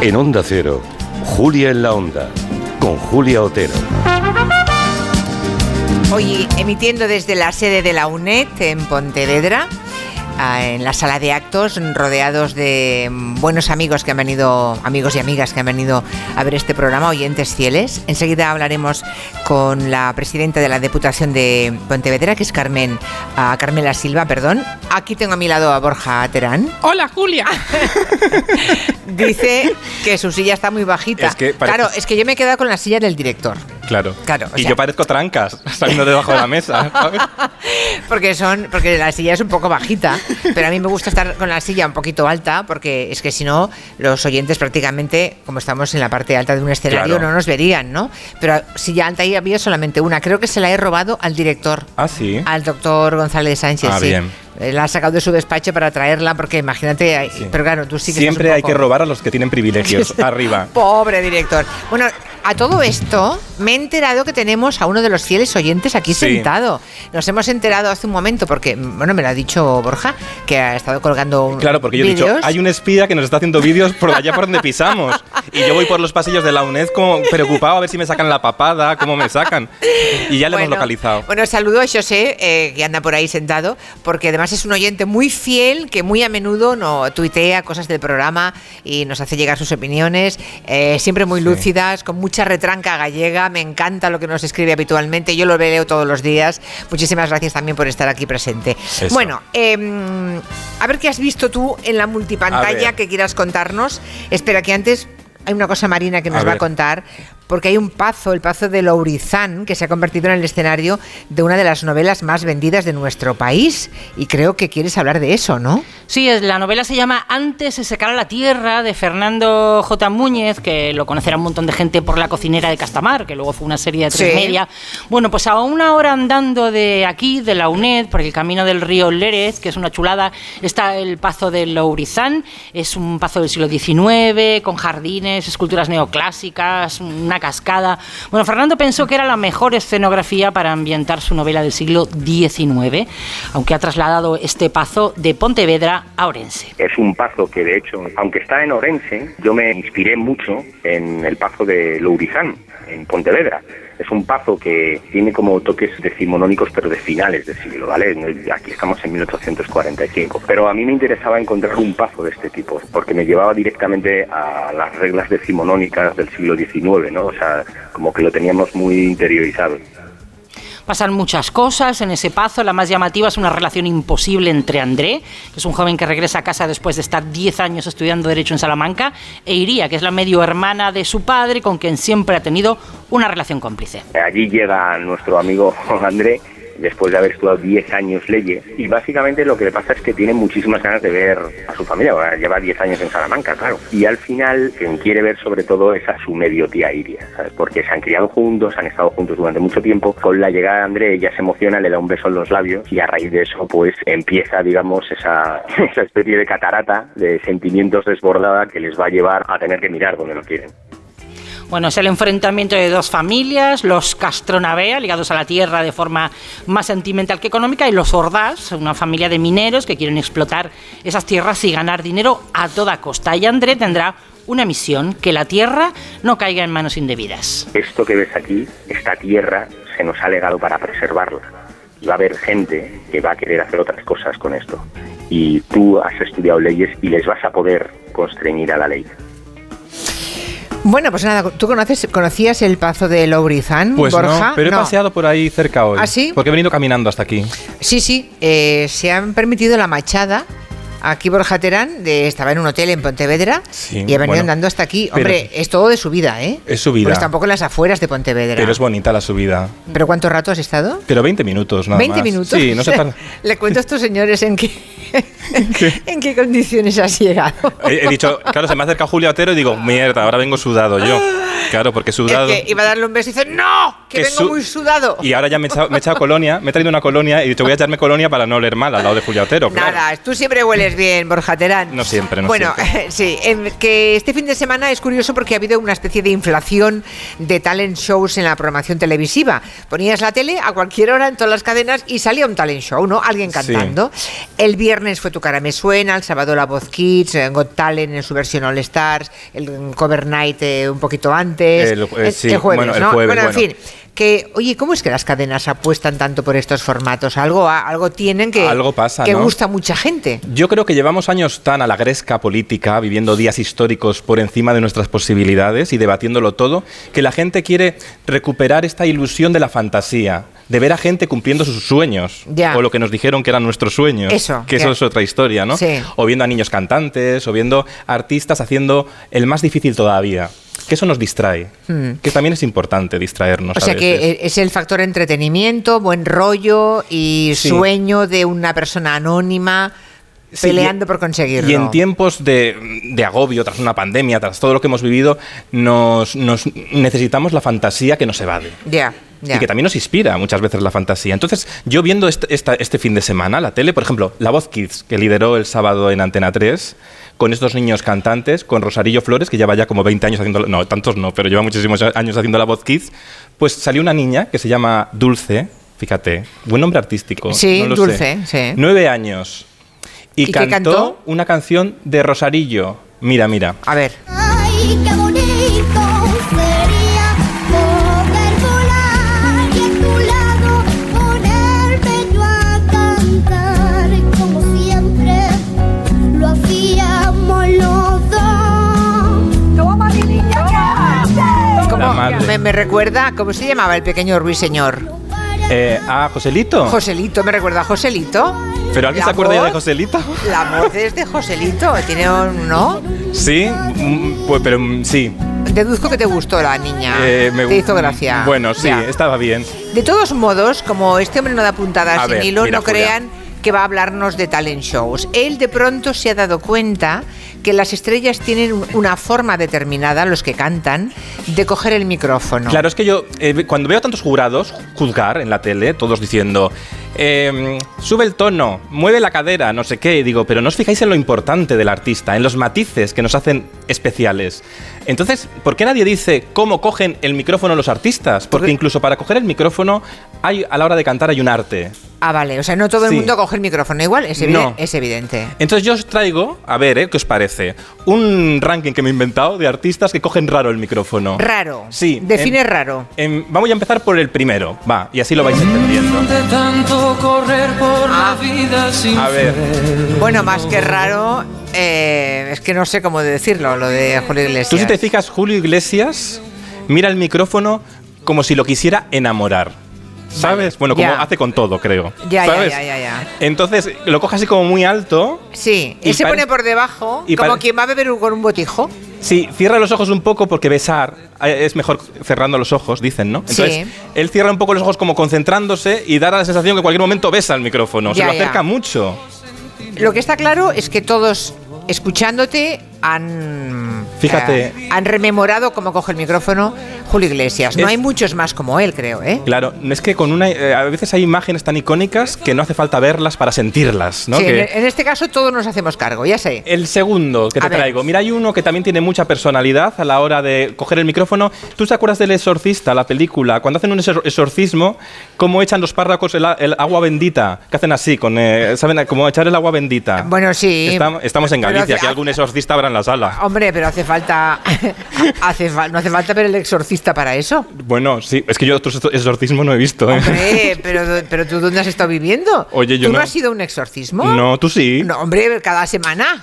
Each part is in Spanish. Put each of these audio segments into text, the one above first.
En Onda Cero, Julia en la Onda, con Julia Otero. Hoy emitiendo desde la sede de la UNED en Pontevedra, ah, en la sala de actos, rodeados de mm, buenos amigos que han venido, amigos y amigas que han venido a ver este programa, oyentes fieles. Enseguida hablaremos con la presidenta de la Diputación de Pontevedra, que es Carmen, ah, Carmela Silva, perdón. Aquí tengo a mi lado a Borja Terán. Hola, Julia. Dice que su silla está muy bajita. Es que parece- Claro, es que yo me he quedado con la silla del director. Claro. Claro, o y sea- yo parezco trancas saliendo debajo de la mesa. ¿sabes? Porque son, porque la silla es un poco bajita, pero a mí me gusta estar con la silla un poquito alta, porque es que si no, los oyentes prácticamente, como estamos en la parte alta de un escenario, Claro. no nos verían, ¿no? Pero silla alta ahí había solamente una. Creo que se la he robado al director, Ah, sí. al doctor González Sánchez. Ah, sí. bien. Eh, La ha sacado de su despacho para traerla, porque imagínate, ahí- pero claro, tú sí que estás Siempre un hay que poco- robar a los que tienen privilegios. Arriba. Pobre director. Bueno, a todo esto me he enterado que tenemos a uno de los fieles oyentes aquí Sí. sentado. Nos hemos enterado hace un momento porque, mm, bueno, me lo ha dicho Borja, que ha estado colgando un- Claro, porque yo he dicho, vídeos. hay un espía que nos está haciendo vídeos por allá por donde pisamos. Y yo voy por los pasillos de la UNED como preocupado a ver si me sacan la papada, cómo me sacan. Y ya le hemos Bueno, localizado. Bueno, saludo a José, eh, que anda por ahí sentado, porque además es un oyente muy fiel, que muy a menudo no tuitea cosas del programa y nos hace llegar sus opiniones, eh, siempre muy lúcidas, con mucha retranca gallega. Me encanta lo que nos escribe habitualmente, yo lo leo todos los días. Muchísimas gracias también por estar aquí presente. Eso. Bueno, em, a ver qué has visto tú en la A multipantalla ver. que quieras contarnos. Espera, que antes hay una cosa, Marina, que nos A va a ver. contar, porque hay un pazo, el pazo de Lourizán, que se ha convertido en el escenario de una de las novelas más vendidas de nuestro país. Y creo que quieres hablar de eso, ¿no? Sí, es- la novela se llama Antes se secara la tierra de Fernando J. Muñez, que lo conocerá un montón de gente por La cocinera de Castamar, que luego fue una serie de tres Sí. media. Bueno, pues a una hora andando de aquí, de la UNED, por el camino del río Lérez, que es una chulada, está el Pazo de Lourizán. Es un pazo del siglo XIX, con jardines, esculturas neoclásicas, una cascada. Bueno, Fernando pensó que era la mejor escenografía para ambientar su novela del siglo XIX, aunque ha trasladado este pazo de Pontevedra a Orense. Es un pazo que, de hecho, aunque está en Orense, yo me inspiré mucho en el pazo de Lourizán, en Pontevedra. Es un pazo que tiene como toques decimonónicos, pero de finales de siglo, ¿vale? Aquí estamos en 1845. Pero a mí me interesaba encontrar un pazo de este tipo, porque me llevaba directamente a las reglas decimonónicas del siglo XIX, ¿no? O sea, como que lo teníamos muy interiorizado. Pasan muchas cosas en ese pazo. La más llamativa es una relación imposible entre André, que es un joven que regresa a casa después de estar 10 años estudiando Derecho en Salamanca, e Iría, que es la medio hermana de su padre, con quien siempre ha tenido una relación cómplice. Allí llega nuestro amigo André después de haber estudiado 10 años leyes y básicamente lo que le pasa es que tiene muchísimas ganas de ver a su familia, Ahora lleva 10 años en Salamanca, claro. Y al final quien quiere ver sobre todo es a su medio tía Iria, ¿sabes? Porque se han criado juntos, han estado juntos durante mucho tiempo. Con la llegada de André ella se emociona, le da un beso en los labios y a raíz de eso pues empieza, digamos, esa, esa especie de catarata de sentimientos desbordada que les va a llevar a tener que mirar donde no quieren. Bueno, es el enfrentamiento de dos familias, los Castronavea, ligados a la tierra de forma más sentimental que económica, y los Ordaz, una familia de mineros que quieren explotar esas tierras y ganar dinero a toda costa. Y André tendrá una misión, que la tierra no caiga en manos indebidas. esto que ves aquí, esta tierra, se nos ha legado para preservarla. Y va a haber gente que va a querer hacer otras cosas con esto. Y tú has estudiado leyes y les vas a poder constreñir a la ley. Bueno, pues nada, ¿tú conoces, conocías el pazo de Lourizán, Pues Borja? no, pero he No. paseado por ahí cerca hoy. ¿Ah, sí? Porque he venido caminando hasta aquí. Sí, sí, eh, se han permitido la machada. Aquí Borja Terán de- estaba en un hotel en Pontevedra Sí, y ha venido bueno, andando hasta aquí. pero- Hombre, es todo de su vida, ¿eh? Es su vida. Pero tampoco en las afueras de Pontevedra. Pero es bonita la subida. ¿Pero cuánto rato has estado? Pero 20 minutos, nada 20 más. minutos. Sí, no se tarda. Le cuento a estos señores en qué, en qué condiciones has llegado. He, he dicho, claro, se me acerca Julia Otero y digo, mierda, ahora vengo sudado yo. Claro, porque sudado. Es que iba a darle un beso y dice, ¡no! Que, vengo su- muy sudado. Y ahora ya me he, echado, me he echado colonia, me he traído una colonia y he dicho, voy a echarme colonia para no oler mal al lado de Julia Otero. claro. Nada, tú siempre hueles conoces bien, Borja Terán. No siempre, no bueno, siempre. sí, em, que este fin de semana es curioso porque ha habido una especie de inflación de talent shows en la programación televisiva. Ponías la tele a cualquier hora en todas las cadenas y salía un talent show, ¿no? Alguien cantando. El viernes fue Tu cara me suena, el sábado La Voz Kids, eh, Got Talent en su versión All Stars, el mm, Cover Night eh, un poquito antes, El- eh, sí, jueves, bueno, el ¿no? jueves, bueno, en bueno. fin. Que, oye, ¿cómo es que las cadenas apuestan tanto por estos formatos? Algo, a- algo tienen que, Algo pasa, que ¿no? gusta a mucha gente. Yo creo que llevamos años tan a la gresca política, viviendo días históricos por encima de nuestras posibilidades y debatiéndolo todo, que la gente quiere recuperar esta ilusión de la fantasía, de ver a gente cumpliendo sus sueños, Ya. o lo que nos dijeron que eran nuestros sueños, Eso, que que- eso es otra historia, ¿no? Sí. O viendo a niños cantantes, o viendo artistas haciendo el más difícil todavía. Que eso nos distrae, que también es importante distraernos. Hmm. O sea a que veces. eh, es el factor entretenimiento, buen rollo y Sí. sueño de una persona anónima Sí, peleando y- por conseguirlo. Y en tiempos de, de agobio, tras una pandemia, tras todo lo que hemos vivido, nos, nos necesitamos la fantasía que nos evade. Ya, ya. Y que también nos inspira muchas veces la fantasía. Entonces, yo viendo este, esta- este fin de semana la tele, por ejemplo, La Voz Kids, que lideró el sábado en Antena 3, con estos niños cantantes, con Rosarillo Flores, que lleva ya como 20 años haciendo, la- no, tantos no, pero lleva muchísimos años haciendo La Voz Kids, pues salió una niña que se llama Dulce, fíjate, buen nombre artístico. Sí, no lo Dulce, sé. sí. Nueve años. Y, ¿Y qué cantó, cantó? una canción de Rosarillo. Mira, mira. A ver, Ay, qué bonito sería poder volar y a tu lado ponerme yo a cantar como siempre lo hacíamos los dos. ¡Toma, mi niña, que La madre. me, me recuerda, ¿cómo se llamaba el pequeño ruiseñor? Eh, ah, Joselito. Joselito, me recuerda a Joselito. ¿Pero alguien La se acuerda ya de voz- Joselito? La voz es de Joselito, tiene un, ¿no? Sí, mm, pues, pero mm, sí. Deduzco que te gustó la niña. Eh, me te gu- hizo gracia. Bueno, sí, Ya. estaba bien. De todos modos, como este hombre no da puntadas A sin ver, hilo, mira, no Julia. crean que va a hablarnos de talent shows. Él de pronto se ha dado cuenta que las estrellas tienen un- una forma determinada, los que cantan, de coger el micrófono. Claro, es que yo eh, cuando veo a tantos jurados juzgar en la tele, todos diciendo, eh, sube el tono, mueve la cadera, no sé qué, y digo, pero no os fijáis en lo importante del artista, en los matices que nos hacen especiales. Entonces, ¿por qué nadie dice cómo cogen el micrófono los artistas? Porque incluso para coger el micrófono, hay, a la hora de cantar hay un arte. Ah, vale. O sea, no todo el Sí. mundo coge el micrófono igual. Es, eviden- No. es evidente. Entonces yo os traigo, a ver, ¿eh? ¿qué os parece? Un ranking que me he inventado de artistas que cogen raro el micrófono. Raro. Sí. Define en- raro. en- vamos a empezar por el primero, va, y así lo vais entendiendo. De tanto correr por Ah. la vida sin A ver, Bueno, más que raro, eh, es que no sé cómo decirlo, lo de Julio Iglesias. tú si te fijas, Julio Iglesias mira el micrófono como si lo quisiera enamorar. ¿Sabes? Bueno, como ya. hace con todo, creo. Ya, ya, ¿Sabes? ya, ya, ya. Entonces lo coge así como muy alto. Sí, Y él se pare- pone por debajo, y como pare- quien va a beber un- con un botijo. Sí, cierra los ojos un poco porque besar eh, es mejor cerrando los ojos, dicen, ¿no? Entonces, Sí. él cierra un poco los ojos como concentrándose y da la sensación que en cualquier momento besa el micrófono. Ya, se lo ya. acerca mucho. Lo que está claro es que todos escuchándote han Fíjate. eh, han rememorado cómo coge el micrófono Julio Iglesias. No Es- hay muchos más como él, creo, ¿eh? Claro, es que con una, eh, a veces hay imágenes tan icónicas que no hace falta verlas para sentirlas, ¿no? Sí, Que- en, en este caso todos nos hacemos cargo, ya sé. el segundo que te A ver. traigo. Mira, hay uno que también tiene mucha personalidad a la hora de coger el micrófono. ¿Tú te acuerdas del exorcista, la película? Cuando hacen un exor- exorcismo, cómo echan los párracos el, a- el agua bendita. Que hacen así, con, eh, ¿saben? Como echar el agua bendita. Bueno, sí. Estam- estamos en Pero Galicia, hace- Ah, que algún exorcista habrá en la sala. Hombre, pero hace falta, hace fal- no hace falta ver el exorcista para eso. Bueno, sí, es que yo otros exor- exorcismos no he visto. ¿eh? oh. Hombre, pero, pero tú dónde has estado viviendo? Oye, yo ¿Tú no, no- has sido un exorcismo? No, tú sí. No, hombre, cada semana.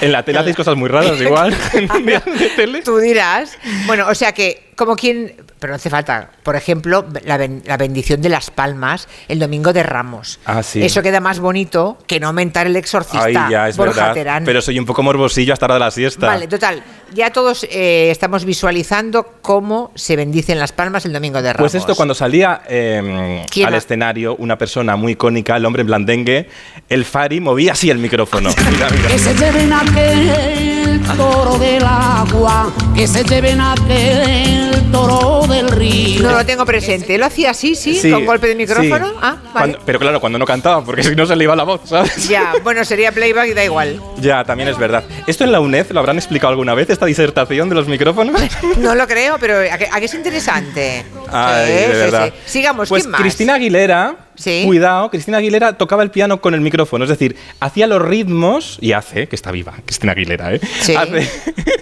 En la tele hacéis cosas muy raras, igual. en un día de tele. Tú dirás. Bueno, o sea que, como quien. Pero no hace falta. Por ejemplo, la, ben- la bendición de las palmas el domingo de Ramos. Ah, sí. Eso queda más bonito que no aumentar el exorcista. Ay, ya, es Borja verdad. Terán. Pero soy un poco morbosillo hasta la hora de la siesta. Vale, total. Ya todos eh, estamos visualizando cómo se bendicen las palmas el domingo de Ramos. Pues esto, cuando salía eh, ¿Quién al ha- escenario una persona muy icónica, el hombre blandengue, el Fari movía así el micrófono. Mira, mira. Que se lleven aquel toro del agua, que se lleven aquel toro del del río. No lo tengo presente. Lo hacía así, sí, Sí, con golpe de micrófono. sí. Ah, vale. Cuando- pero claro, cuando no cantaba, porque si no se le iba la voz, ¿sabes? Ya, bueno, sería playback y da igual. Ya, también es verdad. ¿Esto en la UNED lo habrán explicado alguna vez, esta disertación de los micrófonos? No lo creo, pero ¿a qué, a qué es interesante? Ay, Sí, Ah, de sí, verdad. sí. Sigamos, pues ¿quién más? Cristina Aguilera, Sí. cuidado, Cristina Aguilera tocaba el piano con el micrófono, es decir, hacía los ritmos y hace, que está viva, Cristina Aguilera, ¿eh? Sí. Hace,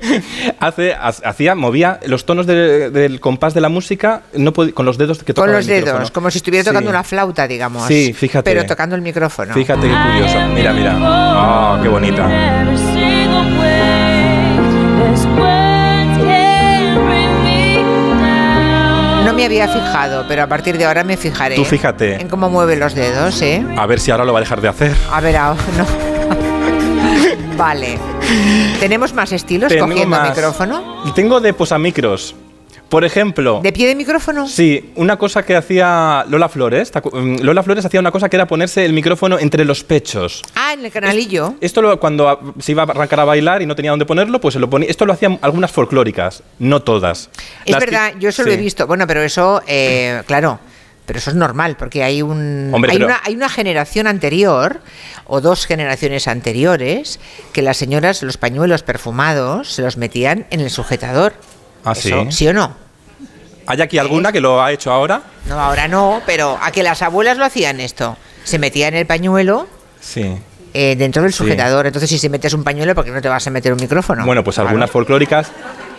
hace- ha- hacía, movía los tonos de- del compás de la música no pod- con los dedos que tocaba Con los el dedos, micrófono. como si estuviera Sí. tocando una flauta, digamos. Sí, fíjate. Pero tocando el micrófono. Fíjate qué curioso. Mira, mira. Oh, qué bonita. No me había fijado, pero a partir de ahora me fijaré. Tú fíjate. En cómo mueve los dedos, ¿eh? A ver si ahora lo va a dejar de hacer. A ver, ahora no. vale. ¿Tenemos más estilos Tengo cogiendo más. micrófono? Tengo de posamicros. Por ejemplo, ¿De pie de micrófono? sí, una cosa que hacía Lola Flores. ¿te acu- mm, Lola Flores hacía una cosa que era ponerse el micrófono entre los pechos. Ah, en el canalillo. Esto lo- cuando a- se iba a arrancar a bailar y no tenía dónde ponerlo, pues se lo ponía. Esto lo hacían algunas folclóricas, no todas. Es Las que- verdad, yo eso lo he sí. visto. Bueno, pero eso, eh, claro, pero eso es normal, porque hay un Hombre, hay, pero- una, hay una generación anterior o dos generaciones anteriores que las señoras los pañuelos perfumados se los metían en el sujetador. Ah, Eso, sí. ¿Sí o no? ¿Hay aquí alguna que lo ha hecho ahora? No, ahora no, pero a que las abuelas lo hacían esto. Se metían el pañuelo Sí. eh, dentro del Sí. sujetador. Entonces, si se metes un pañuelo, ¿por qué no te vas a meter un micrófono? Bueno, pues Claro. algunas folclóricas.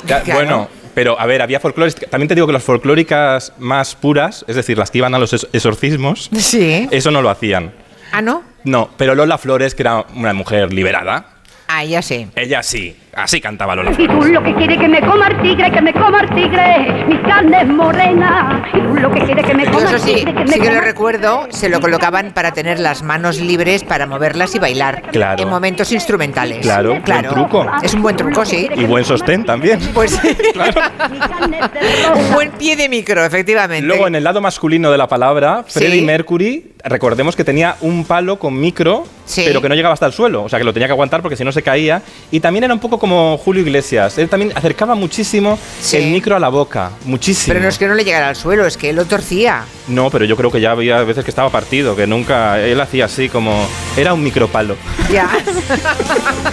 Ya, Claro. Bueno, pero a ver, había folclores. También te digo que las folclóricas más puras, es decir, las que iban a los es- exorcismos, Sí. eso no lo hacían. Ah, ¿no? No, pero Lola Flores, que era una mujer liberada, Ah, ya sé. ella sí, así cantaba Lola Y Flores. tú lo que quiere que me coma el tigre, que me coma el tigre, mi carne es morena. Y tú lo que quiere que me Yo coma eso el sí, tigre, que me sí que lo coma el recuerdo, tigre. se lo colocaban para tener las manos libres para moverlas y bailar. Claro. En momentos instrumentales. Claro, buen truco. Es un buen truco, sí. Y buen sostén también. Pues sí. Mi carne es de rosa. un buen pie de micro, efectivamente. Luego, en el lado masculino de la palabra, Sí. Freddie Mercury, recordemos que tenía un palo con micro, Sí. pero que no llegaba hasta el suelo, o sea que lo tenía que aguantar porque si no se caía. Y también era un poco como Julio Iglesias, él también acercaba muchísimo Sí. el micro a la boca, muchísimo. Pero no es que no le llegara al suelo, es que lo torcía. No, pero yo creo que ya había veces que estaba partido, que nunca él hacía así como era un micropalo. Ya.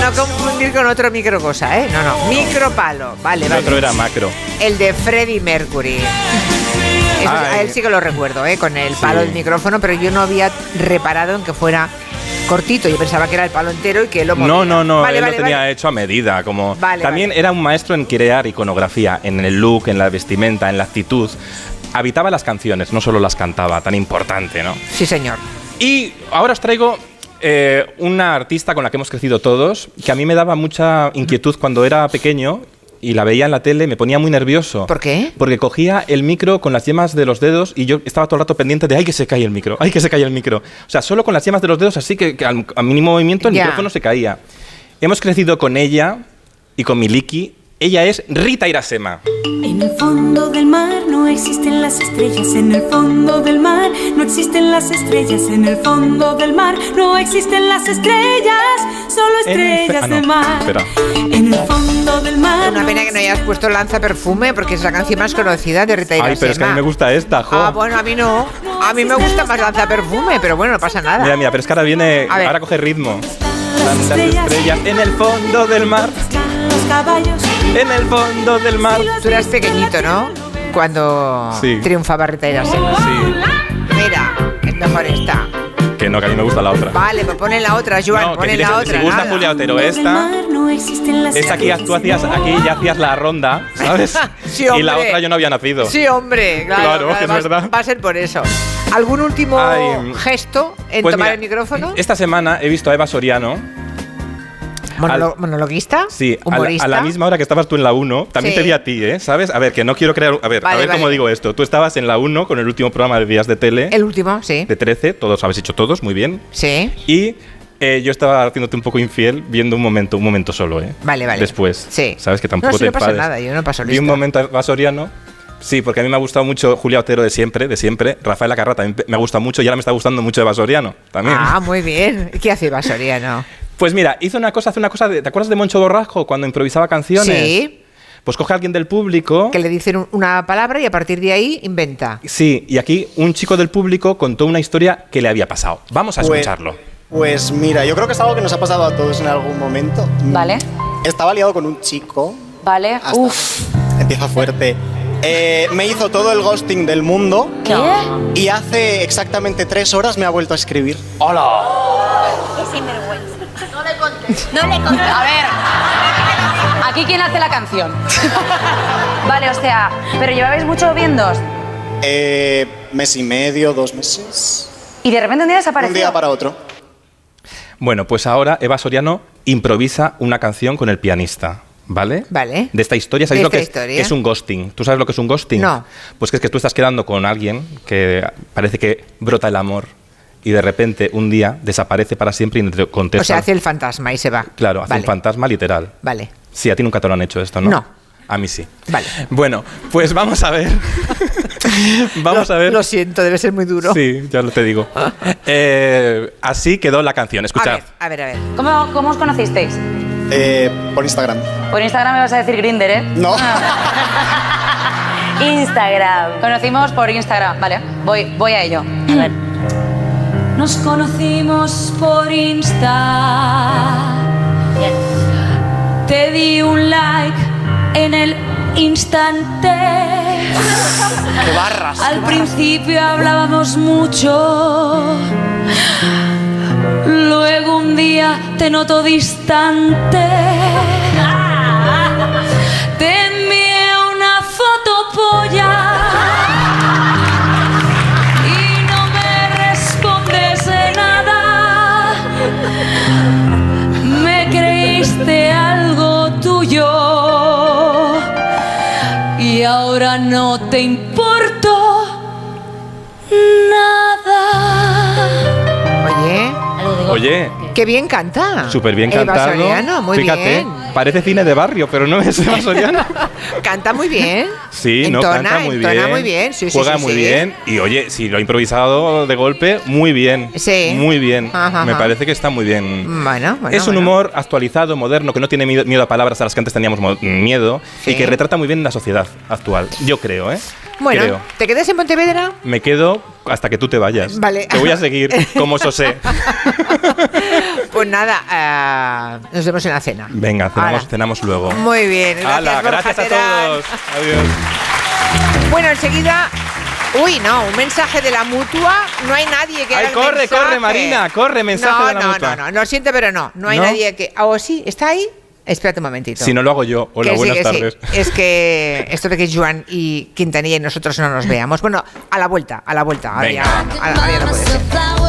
no confundir con otro micro cosa, ¿eh? No, no. Micropalo. Vale, El vale. otro era macro. El de Freddie Mercury. Eso- a Ay. él sí que lo recuerdo, ¿eh? con el palo Ah, Sí. del micrófono, pero yo no había reparado en que fuera cortito. Yo pensaba que era el palo entero y que lo movía. No, no, no, Vale, él vale, lo tenía vale. hecho a medida, como Vale, también vale. era un maestro en crear iconografía, en el look, en la vestimenta, en la actitud. Habitaba las canciones, no solo las cantaba, tan importante, ¿no? Sí, señor. Y ahora os traigo eh, una artista con la que hemos crecido todos, que a mí me daba mucha inquietud cuando era pequeño y la veía en la tele, me ponía muy nervioso. ¿Por qué? Porque cogía el micro con las yemas de los dedos y yo estaba todo el rato pendiente de, ay, que se cae el micro, ay, que se cae el micro. O sea, solo con las yemas de los dedos, así que, que al, al mínimo movimiento el Ya. micrófono se caía. Hemos crecido con ella y con Miliki. Ella es Rita Irasema. En el fondo del mar no existen las estrellas, en el fondo del mar no existen las estrellas, en el fondo del mar no existen las estrellas, solo En el fe- estrellas ah, no, de mar. espera. En el fondo del mar. Una pena que no hayas puesto Lanza Perfume, porque es la canción más conocida de Rita Ay, pero es que a mí Irasema. me gusta esta, jo. Ah, bueno, a mí no. A mí me gusta más Lanza Perfume, pero bueno, no pasa nada. Mira, mira, pero es que ahora viene, A ver. ahora coge ritmo. Las Tantas estrellas, estrellas en el fondo del mar, están los caballos. en el fondo del mar. Tú eras pequeñito, ¿no? Cuando Sí. triunfaba Rita Irasema. Mira, es mejor esta. Que no, que a mí me gusta la otra. Vale, pues ponen la otra, Joan, no, que ponen si, la les- otra. si gusta nada. Julia Otero Del esta, mar no existen las esta aquí tú hacías, aquí ya hacías la ronda, ¿sabes? Sí, y la hombre. otra yo no había nacido. Sí, hombre, claro. Claro, claro, es va- verdad. Va a ser por eso. ¿Algún último Ay, gesto en Pues tomar mira, el micrófono? Esta semana he visto a Eva Soriano, Monolo- al- ¿Monologuista? sí, a la, ¿Humorista? a la misma hora que estabas tú en la 1, también Sí. te vi a ti, ¿eh? ¿Sabes? A ver, que no quiero crear, a ver, Vale, a ver cómo vale. digo esto. Tú estabas en la 1 con el último programa de días de tele El último, sí. de 13, todos habéis hecho todos, muy bien. Sí. Y eh, yo estaba haciéndote un poco infiel viendo un momento, un momento solo, ¿eh? Vale, vale. Después. Sí. Sabes que tampoco No, sí, te no pasa enfades. nada, yo no paso Vi un lista. momento a Soriano. Sí, porque a mí me ha gustado mucho Julia Otero de siempre, de siempre. Rafael Acarra también me ha gustado mucho y ahora me está gustando mucho Eva Soriano también. Ah, muy bien. ¿Qué hace Eva Soriano? Pues mira, hizo una cosa, hace una cosa, de- ¿te acuerdas de Moncho Borrasco cuando improvisaba canciones? Sí. Pues coge a alguien del público. Que le dicen un- una palabra y a partir de ahí inventa. Sí, y aquí un chico del público contó una historia que le había pasado. Vamos a Pues- escucharlo. Pues mira, yo creo que es algo que nos ha pasado a todos en algún momento. Vale. Estaba liado con un chico. Vale. Hasta- Uf. Empieza fuerte. Eh, me hizo todo el ghosting del mundo. ¿Qué? Y hace exactamente tres horas me ha vuelto a escribir. ¡Hola! No le conté. A ver. Aquí quién hace la canción. vale, o sea, pero llevabais mucho viéndos Eh, mes y medio, dos meses. y de repente un día Un día desapareció. para otro. Bueno, pues ahora Eva Soriano improvisa una canción con el pianista. ¿Vale? Vale. De esta historia, ¿sabéis De lo que es? esta historia. Es un ghosting. ¿Tú sabes lo que es un ghosting? No. Pues que es que tú estás quedando con alguien que parece que brota el amor y de repente un día desaparece para siempre y no te contesta. O sea, hace el fantasma y se va. Claro, hace vale. un fantasma literal. Vale. Sí, a ti nunca te lo han hecho esto, ¿no? No. A mí sí. Vale. Bueno, pues vamos a ver. vamos a ver. Lo siento, debe ser muy duro. Sí, ya lo te digo. Eh, así quedó la canción. A Escuchad. ver, a ver, a ver. ¿Cómo, ¿Cómo os conocisteis? Eh, por Instagram. Por Instagram me vas a decir Grinder, ¿eh? No. Instagram. Conocimos por Instagram. Vale, voy, voy a ello. A ver. Nos conocimos por Insta. Te di un like en el instante. barras! Al principio hablábamos mucho. Luego un día te noto distante. Te envié una foto polla. Y no me respondes nada. Me creíste algo tuyo. Y ahora no te importo nada. Oye, Oye, qué bien canta. súper bien Eva cantado. Soriano, muy Fíjate, bien. parece cine de barrio, pero no es Eva Soriano. Canta muy bien. Sí, no, Entona, canta muy entona bien. muy bien. Sí, sí, juega sí, muy sí. bien. Y oye, si lo ha improvisado de golpe, muy bien. Sí. Muy bien. Ajá, Me ajá. parece que está muy bien. Bueno, bueno, es un bueno. humor actualizado, moderno, que no tiene miedo, miedo a palabras a las que antes teníamos mo- miedo Sí. y que retrata muy bien la sociedad actual. Yo creo, ¿eh? Bueno, Creo. ¿te quedas en Pontevedra? Me quedo hasta que tú te vayas. Vale. Te voy a seguir como sosé. Pues nada, ah, nos vemos en la cena. Venga, cenamos, Ala. cenamos luego. Muy bien. Gracias, Ala, Borja gracias a Terán. todos. Adiós. Bueno, enseguida. Uy, no, un mensaje de la mutua. No hay nadie que. Ay, haga el corre, mensaje. corre, Marina, corre, mensaje no, de la no, mutua. No, no, lo siento, pero no. No hay ¿No? nadie que. Ah, ¿O sí? ¿Está ahí? Espérate un momentito. Si no lo hago yo. Hola, Que sí, buenas que sí. tardes. Es que esto de que Joan y Quintanilla y nosotros no nos veamos. Bueno, a la vuelta, a la vuelta. Ahora Venga. ya- ahora- ahora ya no puede ser. Flower